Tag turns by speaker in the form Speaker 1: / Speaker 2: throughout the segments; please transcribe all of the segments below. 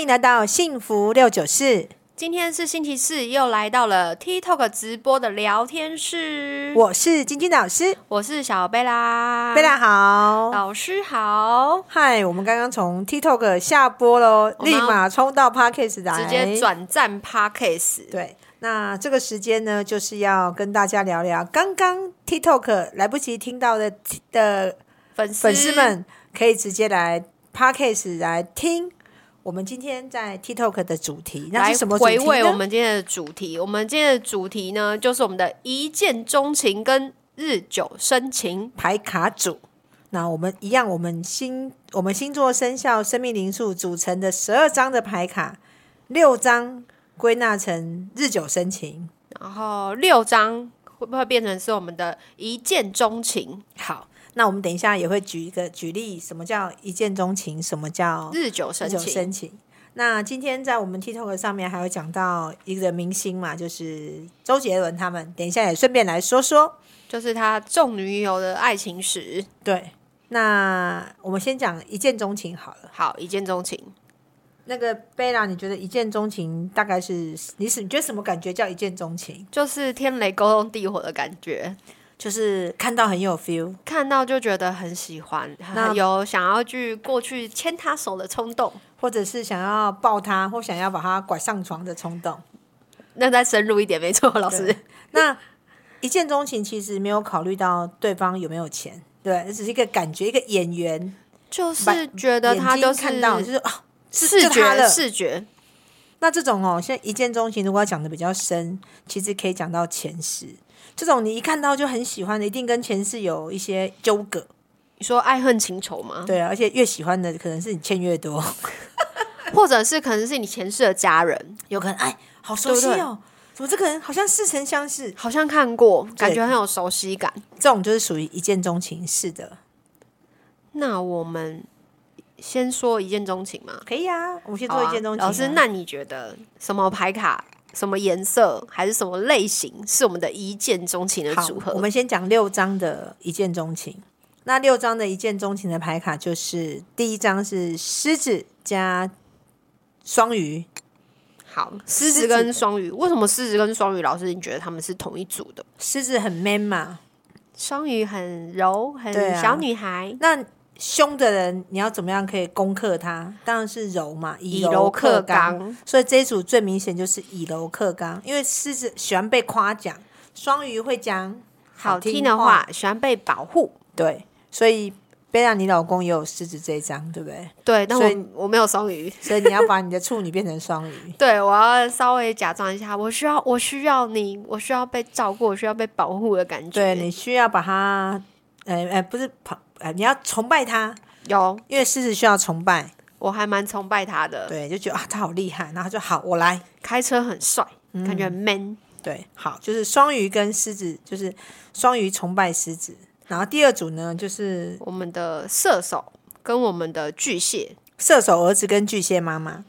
Speaker 1: 迎来到幸福六九四，
Speaker 2: 今天是星期四，又来到了 TikTok 直播的聊天室。
Speaker 1: 我是晶晶老师，
Speaker 2: 我是小贝拉，
Speaker 1: 贝拉好。
Speaker 2: 老师好，
Speaker 1: 嗨，我们刚刚从 TikTok 下播喽，
Speaker 2: 我们
Speaker 1: 立
Speaker 2: 要
Speaker 1: 马冲到 Podcast 来，
Speaker 2: 直接转战 Parkes。
Speaker 1: 对，那这个时间呢，就是要跟大家聊聊刚刚 TikTok 来不及听到的的
Speaker 2: 粉丝
Speaker 1: 粉丝们，可以直接来 Podcast 来听我们今天在 TikTok 的主题，那
Speaker 2: 来
Speaker 1: 是什么主题
Speaker 2: 回
Speaker 1: 呢？
Speaker 2: 味我们今天的主题。我们今天的主题呢，就是我们的一见钟情跟日久生情。
Speaker 1: 牌卡组。那我们一样，我们星我们星座、生肖、生命灵数组成的十二张的牌卡，六张归纳成日久生情。
Speaker 2: 然后六张会不会变成是我们的一见钟情？
Speaker 1: 好，那我们等一下也会举一个举例，什么叫一见钟情，什么叫
Speaker 2: 日久
Speaker 1: 日
Speaker 2: 生
Speaker 1: 久
Speaker 2: 情，
Speaker 1: 生情。那今天在我们 TikTok 上面还有讲到一个明星嘛，就是周杰伦他们，等一下也顺便来说说。
Speaker 2: 就是他众女友的爱情史。
Speaker 1: 对，那我们先讲一见钟情好了。
Speaker 2: 好，一见钟情。
Speaker 1: 那个贝拉，你觉得一见钟情大概是你是你觉得什么感觉叫一见钟情？
Speaker 2: 就是天雷勾动地火的感觉，
Speaker 1: 就是看到很有 feel。
Speaker 2: 看到就觉得很喜欢，
Speaker 1: 那
Speaker 2: 很有想要去过去牵他手的冲动。
Speaker 1: 或者是想要抱他，或想要把他拐上床的冲动。
Speaker 2: 那再深入一点，没错，老师
Speaker 1: 对，那一见钟情其实没有考虑到对方有没有钱，对，只是一个感觉，一个眼缘，
Speaker 2: 就是觉得他就
Speaker 1: 眼
Speaker 2: 是
Speaker 1: 睛看到就是哦，是
Speaker 2: 视
Speaker 1: 就他
Speaker 2: 觉
Speaker 1: 了。
Speaker 2: 视觉，
Speaker 1: 那这种哦，现在一见钟情如果要讲的比较深，其实可以讲到前世。这种你一看到就很喜欢的，一定跟前世有一些纠葛。
Speaker 2: 你说爱恨情仇吗？
Speaker 1: 对啊，而且越喜欢的可能是你欠越多，
Speaker 2: 或者是可能是你前世的家人，
Speaker 1: 有可能哎，好熟悉哦，怎么这个人好像似曾相识？
Speaker 2: 好像看过，感觉很有熟悉感。
Speaker 1: 这种就是属于一见钟情式的，
Speaker 2: 那我们先说一见钟情嘛，
Speaker 1: 可以啊，我们先
Speaker 2: 好
Speaker 1: 做
Speaker 2: 啊
Speaker 1: 一见钟情啊、
Speaker 2: 老师，那你觉得什么牌卡、什么颜色还是什么类型是我们的一见钟情的
Speaker 1: 好
Speaker 2: 组合？
Speaker 1: 我们先讲六张的一见钟情。那六张的一见钟情的牌卡就是第一张是狮子加双鱼，
Speaker 2: 好，狮
Speaker 1: 狮
Speaker 2: 子
Speaker 1: 子
Speaker 2: 跟双鱼，为什么狮子跟双鱼老师你觉得他们是同一组的？
Speaker 1: 狮子很 man 嘛，
Speaker 2: 双鱼很柔，很
Speaker 1: 对啊
Speaker 2: 小女孩，
Speaker 1: 那凶的人你要怎么样可以攻克他？当然是柔嘛，以
Speaker 2: 以
Speaker 1: 柔
Speaker 2: 柔
Speaker 1: 克
Speaker 2: 克
Speaker 1: 刚。
Speaker 2: 刚。
Speaker 1: 所以这一组最明显就是以柔克刚，因为狮子喜欢被夸奖，双鱼会讲
Speaker 2: 好听
Speaker 1: 的
Speaker 2: 的，话，喜欢被保护。
Speaker 1: 对，所以贝拉，你老公也有狮子这一张，对不 对？
Speaker 2: 对，但
Speaker 1: 所以
Speaker 2: 我我没有双鱼，，
Speaker 1: 所以你要把你的处女变成双鱼
Speaker 2: 对我要稍微假装一下，我需要我需要你，我需要被照顾，我需要被保护的感觉。
Speaker 1: 对你需要把他，呃呃，不是捧，呃，你要崇拜他，
Speaker 2: 有，
Speaker 1: 因为狮子需要崇拜，
Speaker 2: 我还蛮崇拜他的，
Speaker 1: 对，就觉得啊他好厉害，然后就好我来，
Speaker 2: 开车很帅，
Speaker 1: 嗯
Speaker 2: 感觉很 man。
Speaker 1: 对，好，就是双鱼跟狮子，就是双鱼崇拜狮子，然后第二组呢就是
Speaker 2: 我们的射手跟我们的巨蟹
Speaker 1: 射手儿子跟巨蟹妈妈。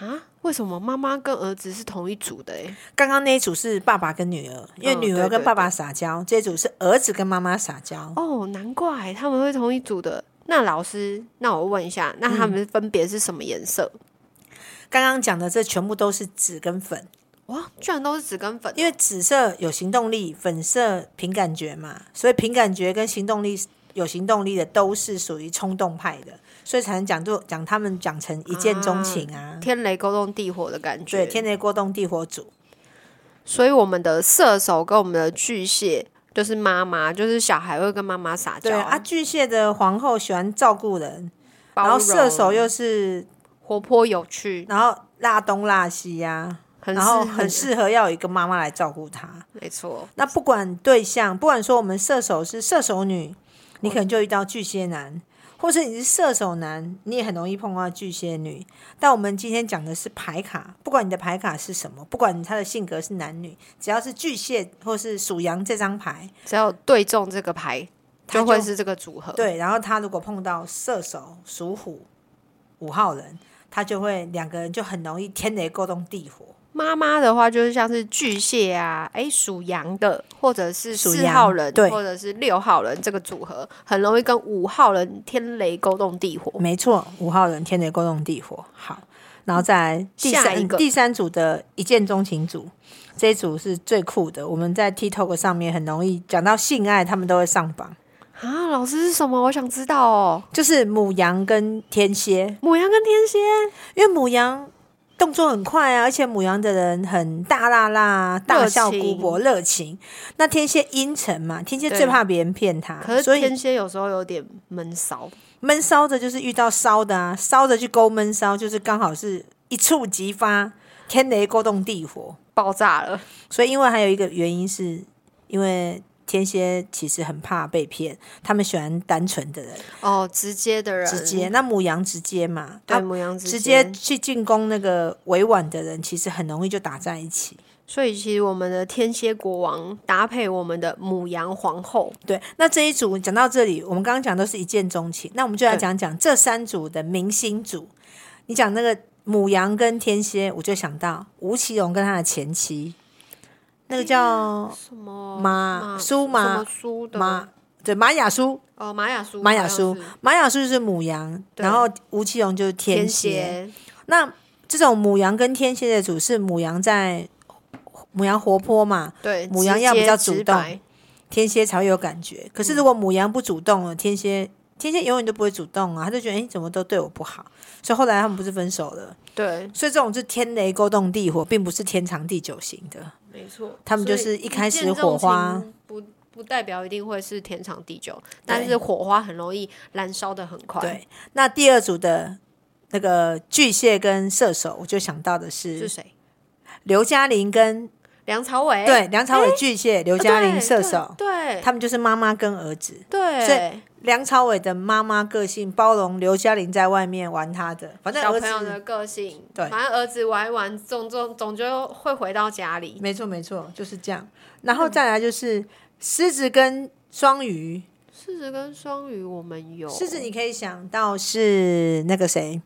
Speaker 2: 啊，为什么妈妈跟儿子是同一组的、欸？
Speaker 1: 刚刚那一组是爸爸跟女儿，因为
Speaker 2: 嗯
Speaker 1: 女儿
Speaker 2: 对
Speaker 1: 跟
Speaker 2: 对
Speaker 1: 爸爸撒娇，这一组是儿子跟妈妈撒娇。
Speaker 2: 哦，难怪他们会同一组的。那老师，那我问一下，那他们分别是什么颜色？
Speaker 1: 刚刚讲的这全部都是紫跟粉，
Speaker 2: 哇，居然都是紫跟粉哦，
Speaker 1: 因为紫色有行动力，粉色凭感觉嘛，所以凭感觉跟行动力有行动力的都是属于冲动派的，所以才能讲就讲他们讲成一见钟情啊。
Speaker 2: 天雷勾动地火的感觉。
Speaker 1: 对，天雷锅动地火组，
Speaker 2: 所以我们的射手跟我们的巨蟹就是妈妈，就是小孩会跟妈妈撒娇
Speaker 1: 对啊，巨蟹的皇后喜欢照顾人，
Speaker 2: 包
Speaker 1: 然后射手
Speaker 2: 容
Speaker 1: 又是，
Speaker 2: 活泼有趣，
Speaker 1: 然后辣东辣西呀、
Speaker 2: 很
Speaker 1: 然后
Speaker 2: 适
Speaker 1: 很适合要有一个妈妈来照顾他。
Speaker 2: 没错，
Speaker 1: 那不管对象，不管说我们射手是射手女，你可能就遇到巨蟹男，或是你是射手男，你也很容易碰到巨蟹女。但我们今天讲的是牌卡，不管你的牌卡是什么，不管他的性格是男女，只要是巨蟹或是属羊这张牌，
Speaker 2: 只要对中这个牌，
Speaker 1: 他就
Speaker 2: 就会是这个组合。，
Speaker 1: 对，然后他如果碰到射手、属虎、五号人，他就会两个人就很容易天雷勾动地火。
Speaker 2: 妈妈的话就是像是巨蟹啊，哎，属羊的，或者是
Speaker 1: 属
Speaker 2: 四
Speaker 1: 羊
Speaker 2: 号人，
Speaker 1: 对
Speaker 2: 或者是六号人这个组合，很容易跟五号人天雷勾动地火。
Speaker 1: 没错，五号人天雷勾动地火。好，然后再来第
Speaker 2: 下一
Speaker 1: 三
Speaker 2: 个
Speaker 1: 第三组的一见钟情组，这一组是最酷的。我们在 TikTok 上面很容易讲到性爱，他们都会上榜，
Speaker 2: 啊，老师是什么？我想知道哦。
Speaker 1: 就是母羊跟天蝎，
Speaker 2: 母羊跟天蝎，
Speaker 1: 因为母羊。动作很快啊，而且母羊的人很大辣辣、大笑姑婆、热情。那天蝎阴沉嘛，天蝎
Speaker 2: 对
Speaker 1: 最怕别人骗他，
Speaker 2: 可
Speaker 1: 所
Speaker 2: 是
Speaker 1: 以
Speaker 2: 天蝎有时候有点闷骚，
Speaker 1: 闷烧的就是遇到烧的啊，烧的去勾闷烧，就是刚好是一触即发，天雷勾动地火。
Speaker 2: 爆炸了。
Speaker 1: 所以，因为还有一个原因是，因为天蝎其实很怕被骗，他们喜欢单纯的人，
Speaker 2: 哦，直接的人，
Speaker 1: 直接。那母羊直接嘛，
Speaker 2: 对
Speaker 1: 他
Speaker 2: 母羊
Speaker 1: 直
Speaker 2: 接
Speaker 1: 接。去进攻那个委婉的人，其实很容易就打在一起。
Speaker 2: 所以其实我们的天蝎国王搭配我们的母羊皇后，
Speaker 1: 对，那这一组讲到这里，我们刚刚讲都是一见钟情，那我们就来
Speaker 2: 对
Speaker 1: 讲讲这三组的明星组。你讲那个母羊跟天蝎，我就想到吴奇隆跟他的前妻，那个叫
Speaker 2: 什么
Speaker 1: 马啊苏
Speaker 2: 啊什
Speaker 1: 马
Speaker 2: 么苏的
Speaker 1: 马，对玛雅苏，
Speaker 2: 哦，玛雅苏，
Speaker 1: 玛雅
Speaker 2: 好像
Speaker 1: 苏
Speaker 2: 是
Speaker 1: 玛雅苏是母羊，
Speaker 2: 对
Speaker 1: 然后吴奇隆就是天
Speaker 2: 天
Speaker 1: 蝎。
Speaker 2: 蝎，
Speaker 1: 那这种母羊跟天蝎的组是母羊在母羊活泼嘛，
Speaker 2: 对，
Speaker 1: 母羊
Speaker 2: 直
Speaker 1: 要比
Speaker 2: 接
Speaker 1: 较主
Speaker 2: 直
Speaker 1: 动
Speaker 2: 白
Speaker 1: 天蝎才会有感觉。
Speaker 2: 嗯
Speaker 1: 可是如果母羊不主动了，天蝎天蝎永远都不会主动啊，他就觉得哎、诶怎么都对我不好，所以后来他们不是分手了。
Speaker 2: 对，
Speaker 1: 所以这种是天雷勾动地火，并不是天长地久型的。
Speaker 2: 没错，
Speaker 1: 他们就
Speaker 2: 所以
Speaker 1: 是一开始
Speaker 2: 见
Speaker 1: 火花
Speaker 2: 钟情不不代表一定会是天长地久，但是火花很容易燃烧的很快，，
Speaker 1: 对，那第二组的那个巨蟹跟射手，我就想到的
Speaker 2: 是
Speaker 1: 是
Speaker 2: 谁？
Speaker 1: 刘嘉玲跟
Speaker 2: 梁朝伟，哦
Speaker 1: 对梁朝伟巨蟹，刘
Speaker 2: 对，
Speaker 1: 嘉玲射
Speaker 2: 对
Speaker 1: 手，
Speaker 2: 对
Speaker 1: 他们就是妈妈跟儿子。所
Speaker 2: 对，
Speaker 1: 梁朝伟的妈妈个性包容刘嘉玲在外面玩他的，反正
Speaker 2: 小
Speaker 1: 儿
Speaker 2: 朋友
Speaker 1: 子
Speaker 2: 的个性，
Speaker 1: 对
Speaker 2: 反正儿子玩一玩，总总总就会回到家里。
Speaker 1: 没错，没错，就是这样。然
Speaker 2: 嗯
Speaker 1: 后再来就是狮子跟双鱼，
Speaker 2: 狮子跟双鱼我们有
Speaker 1: 狮子你可以想到是那个谁，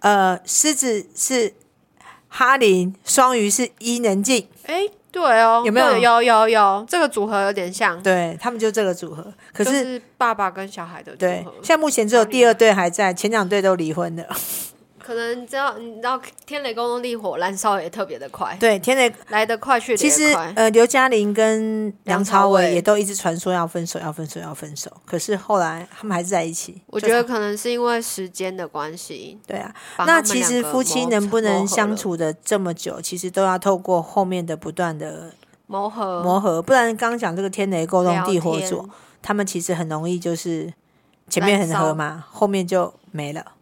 Speaker 1: 呃，狮子是哈林，双鱼是伊能静，
Speaker 2: 哎，对哦，
Speaker 1: 有没有
Speaker 2: 对有有有，这个组合有点像，
Speaker 1: 对他们就这个组合。可
Speaker 2: 嗯就是爸爸跟小孩的组
Speaker 1: 对
Speaker 2: 合，，
Speaker 1: 像目前只有第二队还在，前两队都离婚了。
Speaker 2: 可能只要你知道天雷勾动地火，燃烧也特别的快，
Speaker 1: 对，天雷
Speaker 2: 哎来得快去得
Speaker 1: 其
Speaker 2: 也
Speaker 1: 实
Speaker 2: 快。
Speaker 1: 呃，刘嘉玲跟梁
Speaker 2: 梁
Speaker 1: 朝
Speaker 2: 朝
Speaker 1: 伟
Speaker 2: 伟
Speaker 1: 也都一直传说要分手，要分手，要分手。可是后来他们还是在一起。
Speaker 2: 我
Speaker 1: 就
Speaker 2: 觉得可能是因为时间的关系，
Speaker 1: 对啊，
Speaker 2: 把他
Speaker 1: 那
Speaker 2: 们
Speaker 1: 其
Speaker 2: 两
Speaker 1: 实
Speaker 2: 个
Speaker 1: 夫妻
Speaker 2: 磨
Speaker 1: 能不
Speaker 2: 磨
Speaker 1: 能
Speaker 2: 合
Speaker 1: 相
Speaker 2: 了
Speaker 1: 处的这么久，其实都要透过后面的不断的
Speaker 2: 磨合、
Speaker 1: 磨合，不然刚讲这个天雷勾动
Speaker 2: 呃聊
Speaker 1: 地火
Speaker 2: 天
Speaker 1: 组，他们其实很容易就是前面很合嘛，后面就没了，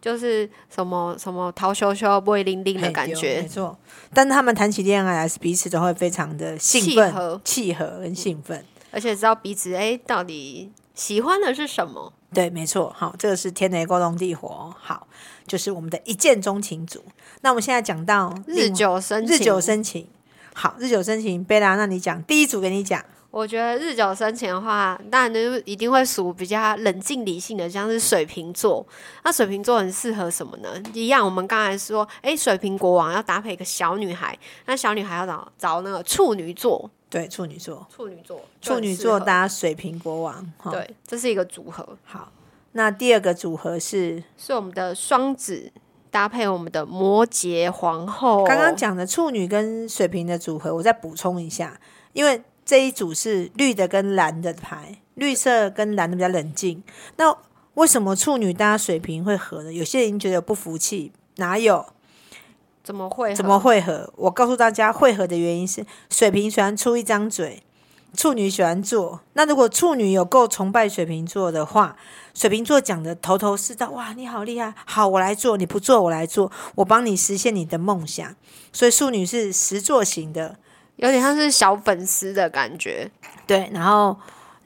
Speaker 2: 就是什么什么逃羞羞、不会零零的
Speaker 1: 嘿
Speaker 2: 感
Speaker 1: 对没
Speaker 2: 觉，
Speaker 1: 错。但是他们谈起恋爱来，是彼此都会非常的兴
Speaker 2: 契
Speaker 1: 奋、
Speaker 2: 合嗯
Speaker 1: 契合跟兴奋。
Speaker 2: 而且知道彼此哎到底喜欢的是什么。
Speaker 1: 对，没错，好，这个是天雷勾动地火，哦好，就是我们的一见钟情组。那我们现在讲到
Speaker 2: 日
Speaker 1: 另外
Speaker 2: 久生情，
Speaker 1: 日久生情，好，日久生情，贝拉，那你讲第一组给你讲，
Speaker 2: 我觉得日久生情的话，当然就是一定会属比较冷静理性的，像是水瓶座。那水瓶座很适合什么呢？一样，我们刚才说，哎，水瓶国王要搭配一个小女孩，那小女孩要找找那个处女座，
Speaker 1: 对，处女座，
Speaker 2: 处女座，
Speaker 1: 处女座，搭水瓶国王，哈，
Speaker 2: 对，这是一个组合，
Speaker 1: 好，那第二个组合是
Speaker 2: 是我们的双子搭配我们的摩羯皇后。
Speaker 1: 刚刚讲的处女跟水瓶的组合，我再补充一下，因为这一组是绿的跟蓝的牌，绿色跟蓝的比较冷静。那为什么处女搭水瓶会合呢？有些人觉得不服气，哪有？
Speaker 2: 怎么会合
Speaker 1: 怎么会合？我告诉大家，会合的原因是水瓶喜欢出一张嘴，处女喜欢做。那如果处女有够崇拜水瓶座的话，水瓶座讲的头头是道，哇，你好厉害，好，我来做，你不做我来做，我帮你实现你的梦想。所以处女是实做型的，
Speaker 2: 有点像是小粉丝的感觉？
Speaker 1: 对。然后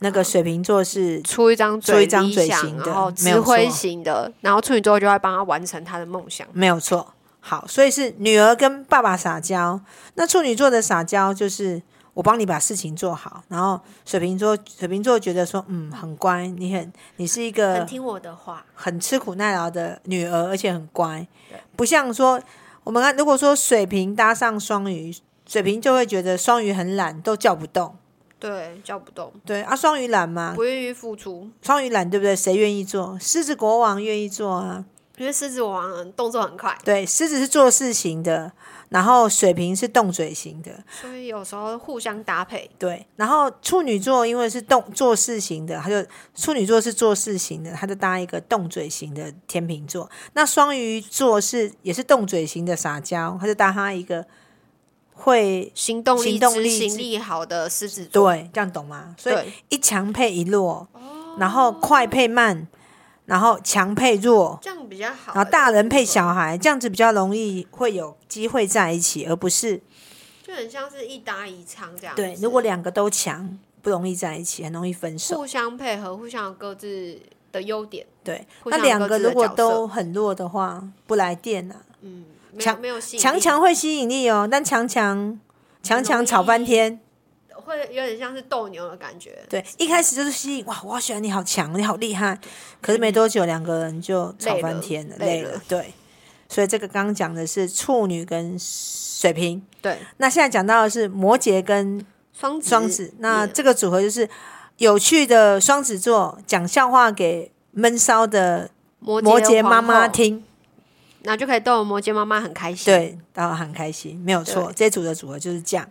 Speaker 1: 那个水瓶座是
Speaker 2: 出一张嘴，
Speaker 1: 出一张嘴
Speaker 2: 理想
Speaker 1: 型的
Speaker 2: 然后
Speaker 1: 没有错
Speaker 2: 指挥型的，然后处女座就会帮他完成他的梦想。
Speaker 1: 没有错。好，所以是女儿跟爸爸撒娇。那处女座的撒娇就是我帮你把事情做好，然后水瓶座水瓶座觉得说，嗯，很乖，你很你是一
Speaker 2: 很
Speaker 1: 个
Speaker 2: 听我的话，
Speaker 1: 很吃苦耐劳的女儿，而且很乖
Speaker 2: 对，
Speaker 1: 不像说我们看，如果说水瓶搭上双鱼，水瓶就会觉得双鱼很懒，都叫不动。
Speaker 2: 对，叫不动，
Speaker 1: 对啊，双鱼懒嘛，
Speaker 2: 不愿意付出，
Speaker 1: 双鱼懒对不对？谁愿意做？狮子国王愿意做啊，
Speaker 2: 因为狮子王动作很快，
Speaker 1: 对，狮子是做事型的，然后水瓶是动嘴型的，
Speaker 2: 所以有时候互相搭配。
Speaker 1: 对，然后处女座因为是动做事型的，他就处女座是做事型的，他就搭一个动嘴型的天秤座。那双鱼座是也是动嘴型的撒娇，他就搭他一个会
Speaker 2: 行动力、
Speaker 1: 行动
Speaker 2: 执
Speaker 1: 力
Speaker 2: 行
Speaker 1: 是
Speaker 2: 力好的狮子座，
Speaker 1: 对，这样懂吗？所以
Speaker 2: 对哦
Speaker 1: 一强配一弱，然后快配慢，然后强配弱，
Speaker 2: 这样比较好。
Speaker 1: 然后大人配小孩，这样子比较容易会有机会在一起，而不是
Speaker 2: 就很像是一搭一唱这样子。
Speaker 1: 对。如果两个都强，不容易在一起，很容易分手。
Speaker 2: 互相配合，互相有各自的优点，
Speaker 1: 对，
Speaker 2: 互
Speaker 1: 那
Speaker 2: 相
Speaker 1: 两
Speaker 2: 各
Speaker 1: 个
Speaker 2: 自
Speaker 1: 如
Speaker 2: 的
Speaker 1: 果
Speaker 2: 角色
Speaker 1: 都很弱的话，不来电啊。
Speaker 2: 没有
Speaker 1: 强
Speaker 2: 没有吸引力
Speaker 1: 强强会吸引力哦，但强强强强吵半天，
Speaker 2: 会有点像是斗牛的感觉。
Speaker 1: 对，一开始就是吸引哇，我好喜欢你，好强，你好厉害。可是没多久，两个人就吵翻天了，累
Speaker 2: 累了累了
Speaker 1: 了。对，所以这个刚刚讲的是处女跟水瓶，
Speaker 2: 对，
Speaker 1: 那现在讲到的是摩羯跟
Speaker 2: 双子
Speaker 1: 双子，那
Speaker 2: 也
Speaker 1: 这个组合就是有趣的双子座讲笑话给闷骚的
Speaker 2: 摩
Speaker 1: 摩羯
Speaker 2: 羯
Speaker 1: 妈妈
Speaker 2: 皇后，
Speaker 1: 听。
Speaker 2: 那就可以逗摩羯妈妈很开心。，
Speaker 1: 对，然后很开心，没有错。这组的组合就是这样。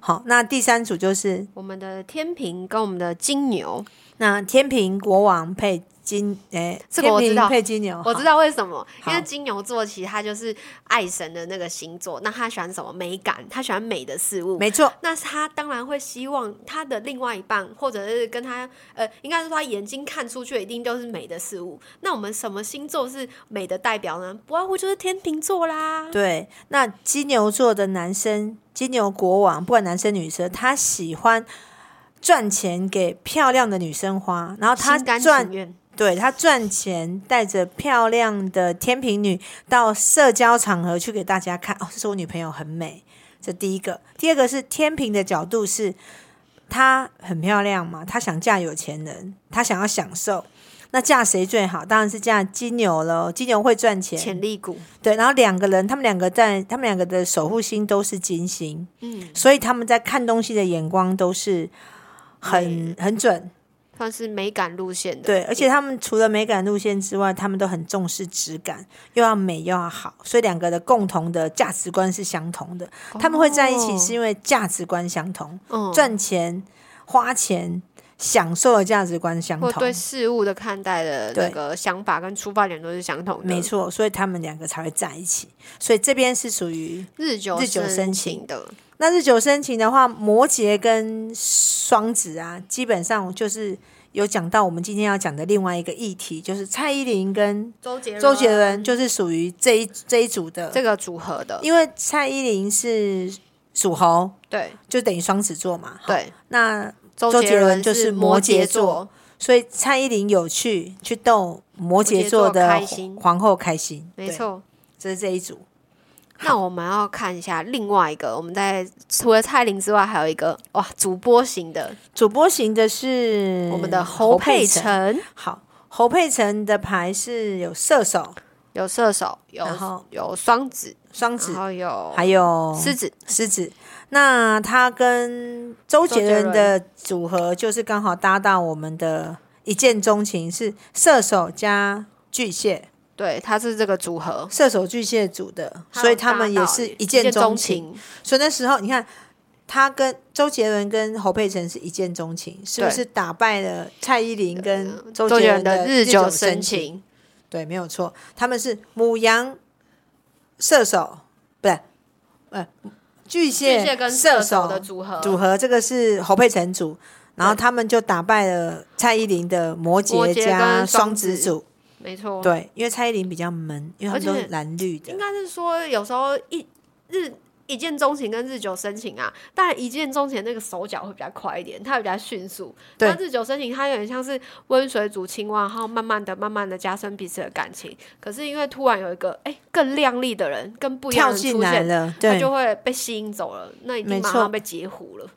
Speaker 1: 好，那第三组就是
Speaker 2: 我们的天平跟我们的金牛，
Speaker 1: 那天平国王配金，哎、
Speaker 2: 这个我
Speaker 1: 天
Speaker 2: 知道
Speaker 1: 平配金牛，
Speaker 2: 我知
Speaker 1: 道。
Speaker 2: 道为什么，因为
Speaker 1: 哦好
Speaker 2: 金牛座其实他就是爱神的那个星座，那他喜欢什么美感，他喜欢美的事物。
Speaker 1: 没错，
Speaker 2: 那他当然会希望他的另外一半，或者是跟他呃，应该是说他眼睛看出去的一定都是美的事物。那我们什么星座是美的代表呢？不外乎就是天秤座啦。
Speaker 1: 对。那金牛座的男生，金牛国王，不管男生女生，他喜欢赚钱给漂亮的女生花，然后他
Speaker 2: 心甘
Speaker 1: 赚
Speaker 2: 情愿，
Speaker 1: 对他赚钱，带着漂亮的天平女到社交场合去给大家看，哦，这是我女朋友，很美。这第一个，第二个是天平的角度是，她很漂亮嘛，她想嫁有钱人，她想要享受。那嫁谁最好？当然是嫁金牛喽，金牛会赚钱。
Speaker 2: 潜力股，
Speaker 1: 对，然后两个人，他们两个在，他们两个的守护星都是金星，
Speaker 2: 嗯，
Speaker 1: 所以他们在看东西的眼光都是很很准。
Speaker 2: 算是美感路线的。
Speaker 1: 对，而且他们除了美感路线之外，他们都很重视质感，又要美又要好，所以两个的共同的价值观是相同的。他们会在一起是因为价值观相同，
Speaker 2: 哦嗯
Speaker 1: 赚钱、花钱、享受的价值观相
Speaker 2: 或对
Speaker 1: 同。
Speaker 2: 事物的看待的
Speaker 1: 对
Speaker 2: 那个想法跟出发点都是相同的，
Speaker 1: 没。错，所以他们两个才会在一起。所以这边是属于
Speaker 2: 日久
Speaker 1: 日久生
Speaker 2: 情
Speaker 1: 情
Speaker 2: 的，
Speaker 1: 那日久生情的话，摩羯跟双子啊，基本上就是有讲到我们今天要讲的另外一个议题，就是蔡依林跟
Speaker 2: 周杰
Speaker 1: 周杰伦就是属于这一这一组的，
Speaker 2: 这个组合的，
Speaker 1: 因为蔡依林是属猴，
Speaker 2: 对
Speaker 1: 就等于双子座嘛。好，
Speaker 2: 对，
Speaker 1: 那
Speaker 2: 周
Speaker 1: 周杰伦
Speaker 2: 伦
Speaker 1: 就是是摩羯
Speaker 2: 羯
Speaker 1: 座，所以蔡依林有去去逗摩羯座
Speaker 2: 摩羯座
Speaker 1: 的
Speaker 2: 开心
Speaker 1: 皇后开心，
Speaker 2: 没
Speaker 1: 对，
Speaker 2: 错。
Speaker 1: 这是这一组
Speaker 2: 那我们要看一下另外一个，我们在除了蔡琳之外，还有一个哇，主播型的，
Speaker 1: 主播型的是
Speaker 2: 我们的侯佩
Speaker 1: 嗯岑。
Speaker 2: 岑
Speaker 1: 好，侯佩岑的牌是有射手、
Speaker 2: 有射手，有
Speaker 1: 然后
Speaker 2: 有双子，
Speaker 1: 双
Speaker 2: 然
Speaker 1: 子，
Speaker 2: 后有
Speaker 1: 还有
Speaker 2: 狮子，
Speaker 1: 狮子。那他跟周杰伦的组合就是刚好搭档我们的一见钟情，是射手加巨蟹，
Speaker 2: 对，他是这个组合，
Speaker 1: 射手巨蟹组的，所以他们也是一见钟情。
Speaker 2: 情，
Speaker 1: 所以那时候你看，他跟周杰伦跟侯佩岑是一见钟情，是不是打败了蔡依林跟周
Speaker 2: 嗯周杰
Speaker 1: 伦
Speaker 2: 伦的
Speaker 1: 日
Speaker 2: 日久
Speaker 1: 生
Speaker 2: 生？情，
Speaker 1: 对，没有错，他们是母羊、射手，不对，呃，巨蟹、
Speaker 2: 巨蟹跟
Speaker 1: 射
Speaker 2: 手的组合，
Speaker 1: 组合，这个是侯佩岑组，然后他们就打败了蔡依林的摩
Speaker 2: 摩
Speaker 1: 羯
Speaker 2: 羯
Speaker 1: 加
Speaker 2: 跟
Speaker 1: 双
Speaker 2: 双
Speaker 1: 子
Speaker 2: 子
Speaker 1: 组。
Speaker 2: 没错，
Speaker 1: 对，因为蔡依林比较闷，因为他们都是蓝绿的
Speaker 2: 应。该是说有时候一日。一见钟情跟日久生情啊，当然一见钟情那个手脚会比较快一点，它会比较迅速。
Speaker 1: 对
Speaker 2: 那日久生情它有点像是温水煮青蛙，然后慢慢的、慢慢的加深彼此的感情。可是因为突然有一个哎、更靓丽的人、更不一样
Speaker 1: 跳
Speaker 2: 的人
Speaker 1: 进
Speaker 2: 出
Speaker 1: 来
Speaker 2: 现，
Speaker 1: 了，
Speaker 2: 他
Speaker 1: 对，
Speaker 2: 就会被吸引走了，那一
Speaker 1: 没
Speaker 2: 定马
Speaker 1: 错
Speaker 2: 上被截胡了。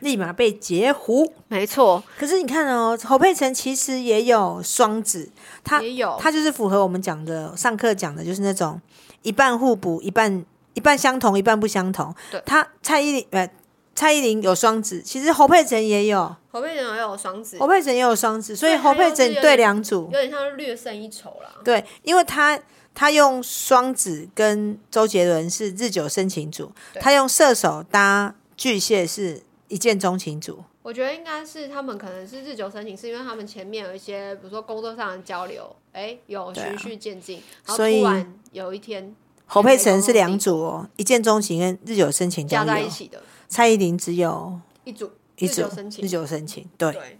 Speaker 1: 立马被截胡。
Speaker 2: 没错，
Speaker 1: 可是你看哦，侯佩岑其实也有双子，他
Speaker 2: 也有
Speaker 1: 他就是符合我们讲的上课讲的，就是那种一半互补，一半一半相同，一半不相同
Speaker 2: 对。
Speaker 1: 他蔡依林呃蔡依林有双子，其实侯佩岑也有，
Speaker 2: 侯佩岑也有双子，
Speaker 1: 侯佩岑也有双子，所以
Speaker 2: 对
Speaker 1: 侯佩
Speaker 2: 还有
Speaker 1: 岑
Speaker 2: 是有
Speaker 1: 对
Speaker 2: 点
Speaker 1: 两组
Speaker 2: 有，点像略胜一筹啦。
Speaker 1: 对，因为他他用双子跟周杰伦是日久生情组，
Speaker 2: 对
Speaker 1: 他用射手搭巨蟹是一见钟情组，
Speaker 2: 我觉得应该是他们可能是日久生情，是因为他们前面有一些，比如说工作上的交流，哎，有
Speaker 1: 对啊
Speaker 2: 循序渐进，然后
Speaker 1: 所以
Speaker 2: 突然有一天
Speaker 1: 侯佩岑是两组哦，一见钟情跟日久生情都
Speaker 2: 加在
Speaker 1: 有
Speaker 2: 一，起的
Speaker 1: 蔡依林只有
Speaker 2: 一组
Speaker 1: 哦一
Speaker 2: 日久
Speaker 1: 组
Speaker 2: 生情
Speaker 1: 日，久生情，对，
Speaker 2: 对，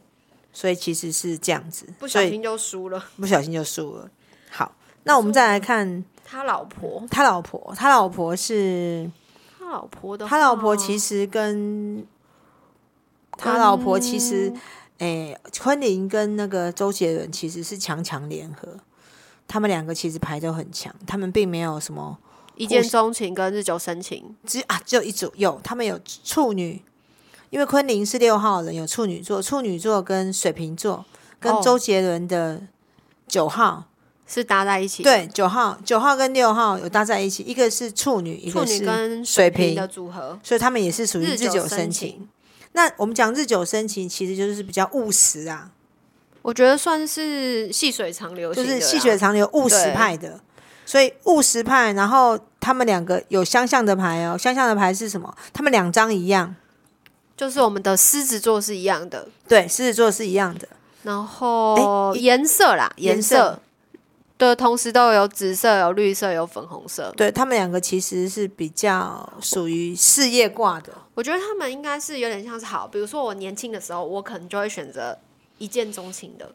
Speaker 1: 所以其实是这样子，
Speaker 2: 不
Speaker 1: 所
Speaker 2: 小
Speaker 1: 以
Speaker 2: 心就输了。
Speaker 1: 不小心就输了。好，那我们再来看
Speaker 2: 他老婆，
Speaker 1: 他老婆，他老婆是
Speaker 2: 他老婆的话，
Speaker 1: 他老婆其实跟他老婆其实，诶、昆凌跟那个周杰伦其实是强强联合，他们两个其实牌都很强，他们并没有什么
Speaker 2: 一见钟情跟日久生情，
Speaker 1: 只啊只有一组有，他们有处女，因为昆凌是六号人，有处女座，处女座跟水瓶座跟
Speaker 2: 哦
Speaker 1: 周杰伦的九号，
Speaker 2: 是搭在一起的。
Speaker 1: 对九号九号跟六号有搭在一起，一个是处女，一
Speaker 2: 处
Speaker 1: 个
Speaker 2: 女
Speaker 1: 是。
Speaker 2: 跟
Speaker 1: 水
Speaker 2: 瓶
Speaker 1: 瓶
Speaker 2: 的组合，
Speaker 1: 所以他们也是属于日久
Speaker 2: 久
Speaker 1: 生情。
Speaker 2: 情，
Speaker 1: 那我们讲日久生情，其实就是比较务实啊，
Speaker 2: 我觉得算是细水长流
Speaker 1: 就
Speaker 2: 型的啦，
Speaker 1: 是细水长流务实
Speaker 2: 对
Speaker 1: 派的。所以务实派，然后他们两个有相像的牌哦，相像的牌是什么？他们两张一样，
Speaker 2: 就是我们的狮子座是一样的，
Speaker 1: 对，狮子座是一样的，
Speaker 2: 然后颜色啦，
Speaker 1: 颜
Speaker 2: 颜色的同时都有紫色、有绿色、有粉红色。
Speaker 1: 对他们两个其实是比较属于事业挂的，
Speaker 2: 我觉得他们应该是有点像是好，比如说我年轻的时候，我可能就会选择一见钟情的，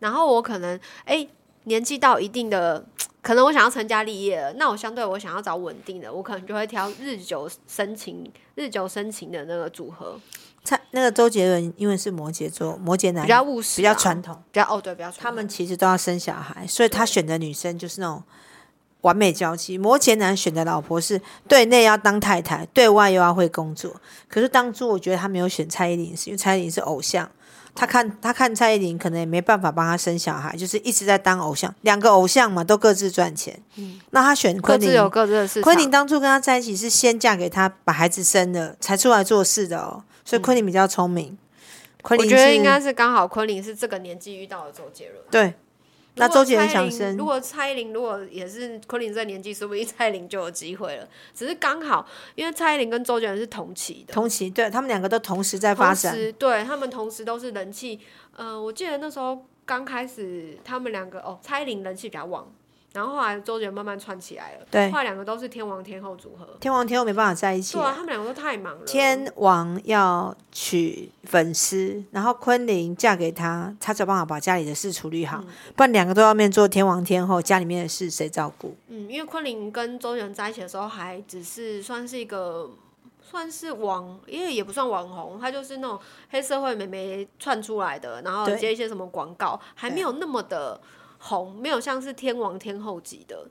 Speaker 2: 然后我可能哎、年纪到一定的，可能我想要成家立业了，那我相对我想要找稳定的，我可能就会挑日久生情、日久生情的那个组合，
Speaker 1: 蔡那个周杰伦因为是摩羯座，摩羯男
Speaker 2: 比较务实、啊
Speaker 1: 比较传，统，
Speaker 2: 比较哦对，比较传统
Speaker 1: 他们其实都要生小孩，所以他选的女生就是那种完美娇妻。摩羯男选的老婆是对内要当太太，对外又要会工作。可是当初我觉得他没有选蔡依林，是因为蔡依林是偶像，他看他看蔡依林可能也没办法帮他生小孩，就是一直在当偶像，两个偶像嘛都各自赚钱。那他选
Speaker 2: 嗯各
Speaker 1: 昆
Speaker 2: 自有
Speaker 1: 凌，
Speaker 2: 各自的市场
Speaker 1: 昆。凌当初跟他在一起是先嫁给他，把孩子生了才出来做事的哦，所以昆凌比较聪明。昆
Speaker 2: 嗯我
Speaker 1: 凌
Speaker 2: 觉得
Speaker 1: 是
Speaker 2: 应该是刚好昆凌是这个年纪遇到的周杰伦。
Speaker 1: 对。那
Speaker 2: 如果
Speaker 1: 周杰伦
Speaker 2: 蔡
Speaker 1: 想
Speaker 2: 依林
Speaker 1: 生
Speaker 2: 如，果蔡依林如果也是昆凌这年纪，说不定蔡依林就有机会了。只是刚好，因为蔡依林跟周杰伦是同期的，
Speaker 1: 同期，对他们两个都同时在发
Speaker 2: 同
Speaker 1: 展，
Speaker 2: 时对他们同时都是人气。呃，我记得那时候刚开始他们两个哦，蔡依林人气比较旺，然后后来周杰伦慢慢串起来了，
Speaker 1: 对
Speaker 2: 后来两个都是天王天后组合。
Speaker 1: 天王天后没办法在一起
Speaker 2: 对啊，
Speaker 1: 啊。
Speaker 2: 他们两个都太忙了。
Speaker 1: 天王要娶粉丝，然后昆凌嫁给他，他才有办法把家里的事处理好，
Speaker 2: 嗯
Speaker 1: 不然两个都要面做天王天后，家里面的事谁照顾？
Speaker 2: 嗯，因为昆凌跟周杰伦在一起的时候，还只是算是一个，算是网，因为也不算网红，他就是那种黑社会妹妹窜出来的，然后
Speaker 1: 对
Speaker 2: 接一些什么广告，还没有那么的红，没有像是天王天后级的，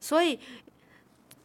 Speaker 2: 所以。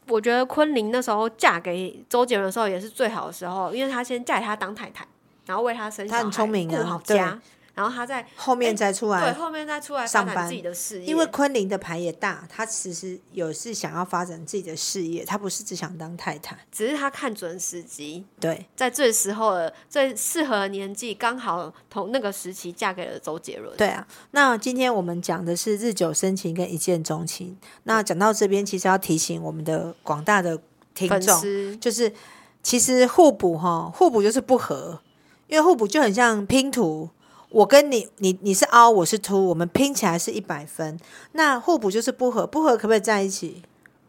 Speaker 2: 我觉得昆凌那时候嫁给周杰伦的时候也是最好的时候，因为她先嫁给他当太太，然后为他生小
Speaker 1: 她
Speaker 2: 孩，
Speaker 1: 很聪明啊
Speaker 2: 顾好
Speaker 1: 对
Speaker 2: 家，然后她再
Speaker 1: 后面再出
Speaker 2: 对
Speaker 1: 来，
Speaker 2: 后面再出来发
Speaker 1: 上班
Speaker 2: 展自己的事业，
Speaker 1: 因为昆凌的牌也大，她其实有是想要发展自己的事业，她不是只想当太太。
Speaker 2: 只是她看准时机，
Speaker 1: 对，
Speaker 2: 在最时候的、最适合的年纪，刚好同那个时期嫁给了周杰伦。
Speaker 1: 对啊，那今天我们讲的是日久生情跟一见钟情。那讲到这边，其实要提醒我们的广大的听
Speaker 2: 粉
Speaker 1: 众，
Speaker 2: 丝
Speaker 1: 就是其实互补哈，互补就是不合，因为互补就很像拼图。我跟你，你你是凹，我是凸，我们拼起来是一百分。那互补就是不合，不合可不可以在一起？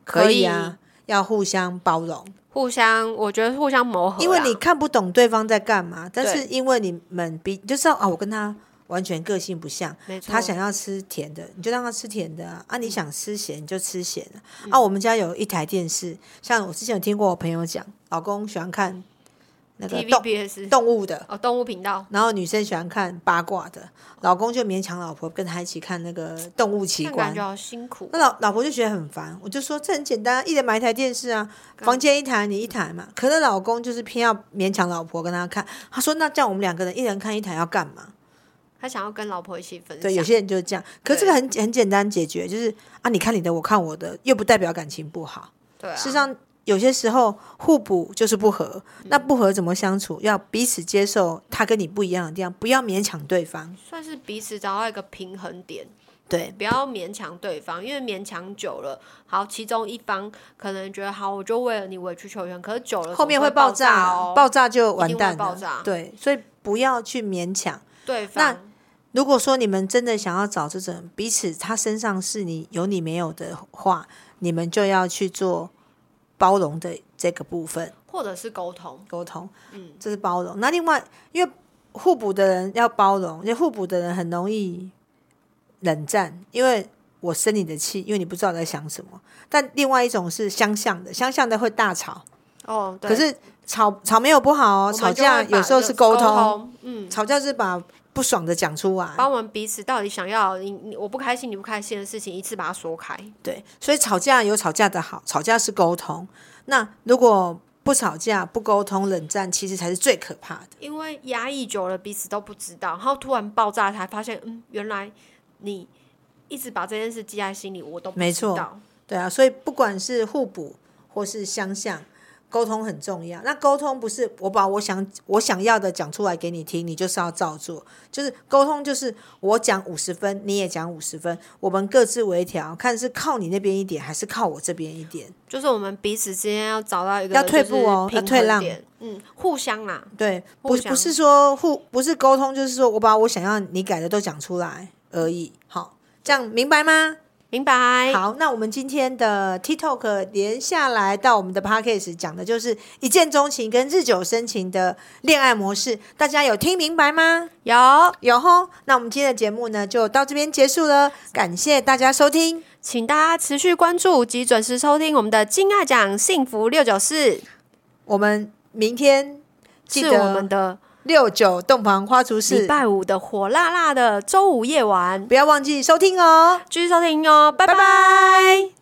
Speaker 2: 可以
Speaker 1: 啊，要互相包容，
Speaker 2: 互相，我觉得互相磨合啦，
Speaker 1: 因为你看不懂对方在干嘛，但
Speaker 2: 啊对
Speaker 1: 是因为你们比就是啊，我跟他完全个性不像，
Speaker 2: 没错，嗯
Speaker 1: 他想要吃甜的，你就让他吃甜的啊！啊你想吃咸你就吃咸的、啊！我们家有一台电视，像我之前有听过我朋友讲，老公喜欢看那个动
Speaker 2: TVBS
Speaker 1: 动物的，
Speaker 2: 哦动物频道，
Speaker 1: 然后女生喜欢看八卦的，老公就勉强老婆跟他一起看那个动物奇
Speaker 2: 那感
Speaker 1: 观
Speaker 2: 觉。好辛苦
Speaker 1: 那。老老婆就觉得很烦，我就说这很简单，一人买一台电视啊，
Speaker 2: 刚
Speaker 1: 房间一台你一台嘛。可是老公就是偏要勉强老婆跟他看，他说那这样我们两个人一人看一台要干嘛？
Speaker 2: 他想要跟老婆一起分享，
Speaker 1: 对，有些人就是这样。可是这个很很简单解决，就是啊，你看你的，我看我的，又不代表感情不好。
Speaker 2: 对啊，
Speaker 1: 事实上，有些时候互补就是不合，
Speaker 2: 嗯
Speaker 1: 那不合怎么相处？要彼此接受他跟你不一样的地方，不要勉强对方。
Speaker 2: 算是彼此找到一个平衡点，
Speaker 1: 对，
Speaker 2: 不要勉强对方，因为勉强久了，好，其中一方可能觉得好，我就为了你委曲求全，可是久了
Speaker 1: 后面
Speaker 2: 总
Speaker 1: 会
Speaker 2: 爆
Speaker 1: 爆炸，
Speaker 2: 哦，
Speaker 1: 爆炸就完蛋
Speaker 2: 一定会爆
Speaker 1: 了
Speaker 2: 炸。
Speaker 1: 对，所以不要去勉强。
Speaker 2: 对方
Speaker 1: 如果说你们真的想要找这种彼此他身上是你有你没有的话，你们就要去做包容的这个部分
Speaker 2: 或者是沟通，
Speaker 1: 沟通，
Speaker 2: 嗯，
Speaker 1: 这是包容。那另外，因为互补的人要包容，因为互补的人很容易冷战，因为我生你的气，因为你不知道我在想什么。但另外一种是相像的，相像的会大吵，
Speaker 2: 哦，对
Speaker 1: 可是吵吵没有不好
Speaker 2: 我
Speaker 1: 哦，
Speaker 2: 们
Speaker 1: 吵
Speaker 2: 就
Speaker 1: 架
Speaker 2: 会把
Speaker 1: 有时候
Speaker 2: 这
Speaker 1: 是沟
Speaker 2: 通，
Speaker 1: 通，
Speaker 2: 嗯。
Speaker 1: 吵架是把不爽的讲出来，
Speaker 2: 把我们彼此到底想要你你我不开心你不开心的事情一次把它说开，
Speaker 1: 对，所以吵架有吵架的好，吵架是沟通。那如果不吵架、不沟通、冷战，其实才是最可怕的。
Speaker 2: 因为压抑久了彼此都不知道，然后突然爆炸才发现，嗯，原来你一直把这件事记在心里，我都不
Speaker 1: 没
Speaker 2: 知
Speaker 1: 错
Speaker 2: 道。
Speaker 1: 对啊，所以不管是互补或是相像，沟通很重要。那沟通不是我把我想我想要的讲出来给你听，你就是要照做。就是沟通，就是我讲五十分，你也讲五十分，我们各自微调，看是靠你那边一点，还是靠我这边一点。
Speaker 2: 就是我们彼此之间要找到一个
Speaker 1: 要退步哦
Speaker 2: 就是
Speaker 1: 要退让
Speaker 2: 平衡点，嗯，互相啦，
Speaker 1: 对，
Speaker 2: 互
Speaker 1: 不
Speaker 2: 相
Speaker 1: 不是说互不是沟通，就是说我把我想要你改的都讲出来而已。好，这样明白吗？
Speaker 2: 明白？
Speaker 1: 好，那我们今天的 TikTok 连下来到我们的 Podcast 讲的就是一见钟情跟日久生情的恋爱模式，大家有听明白吗？
Speaker 2: 有，
Speaker 1: 有吼，那我们今天的节目呢就到这边结束了，感谢大家收听，
Speaker 2: 请大家持续关注及准时收听我们的《金爱奖幸福六九四》，
Speaker 1: 我们明天记
Speaker 2: 是我们
Speaker 1: 得
Speaker 2: 的
Speaker 1: 六九洞房花烛
Speaker 2: 礼
Speaker 1: 事，
Speaker 2: 拜五的火辣辣的周五夜晚，
Speaker 1: 不要忘记收听哦。
Speaker 2: 继续收听哦，拜
Speaker 1: 拜
Speaker 2: 拜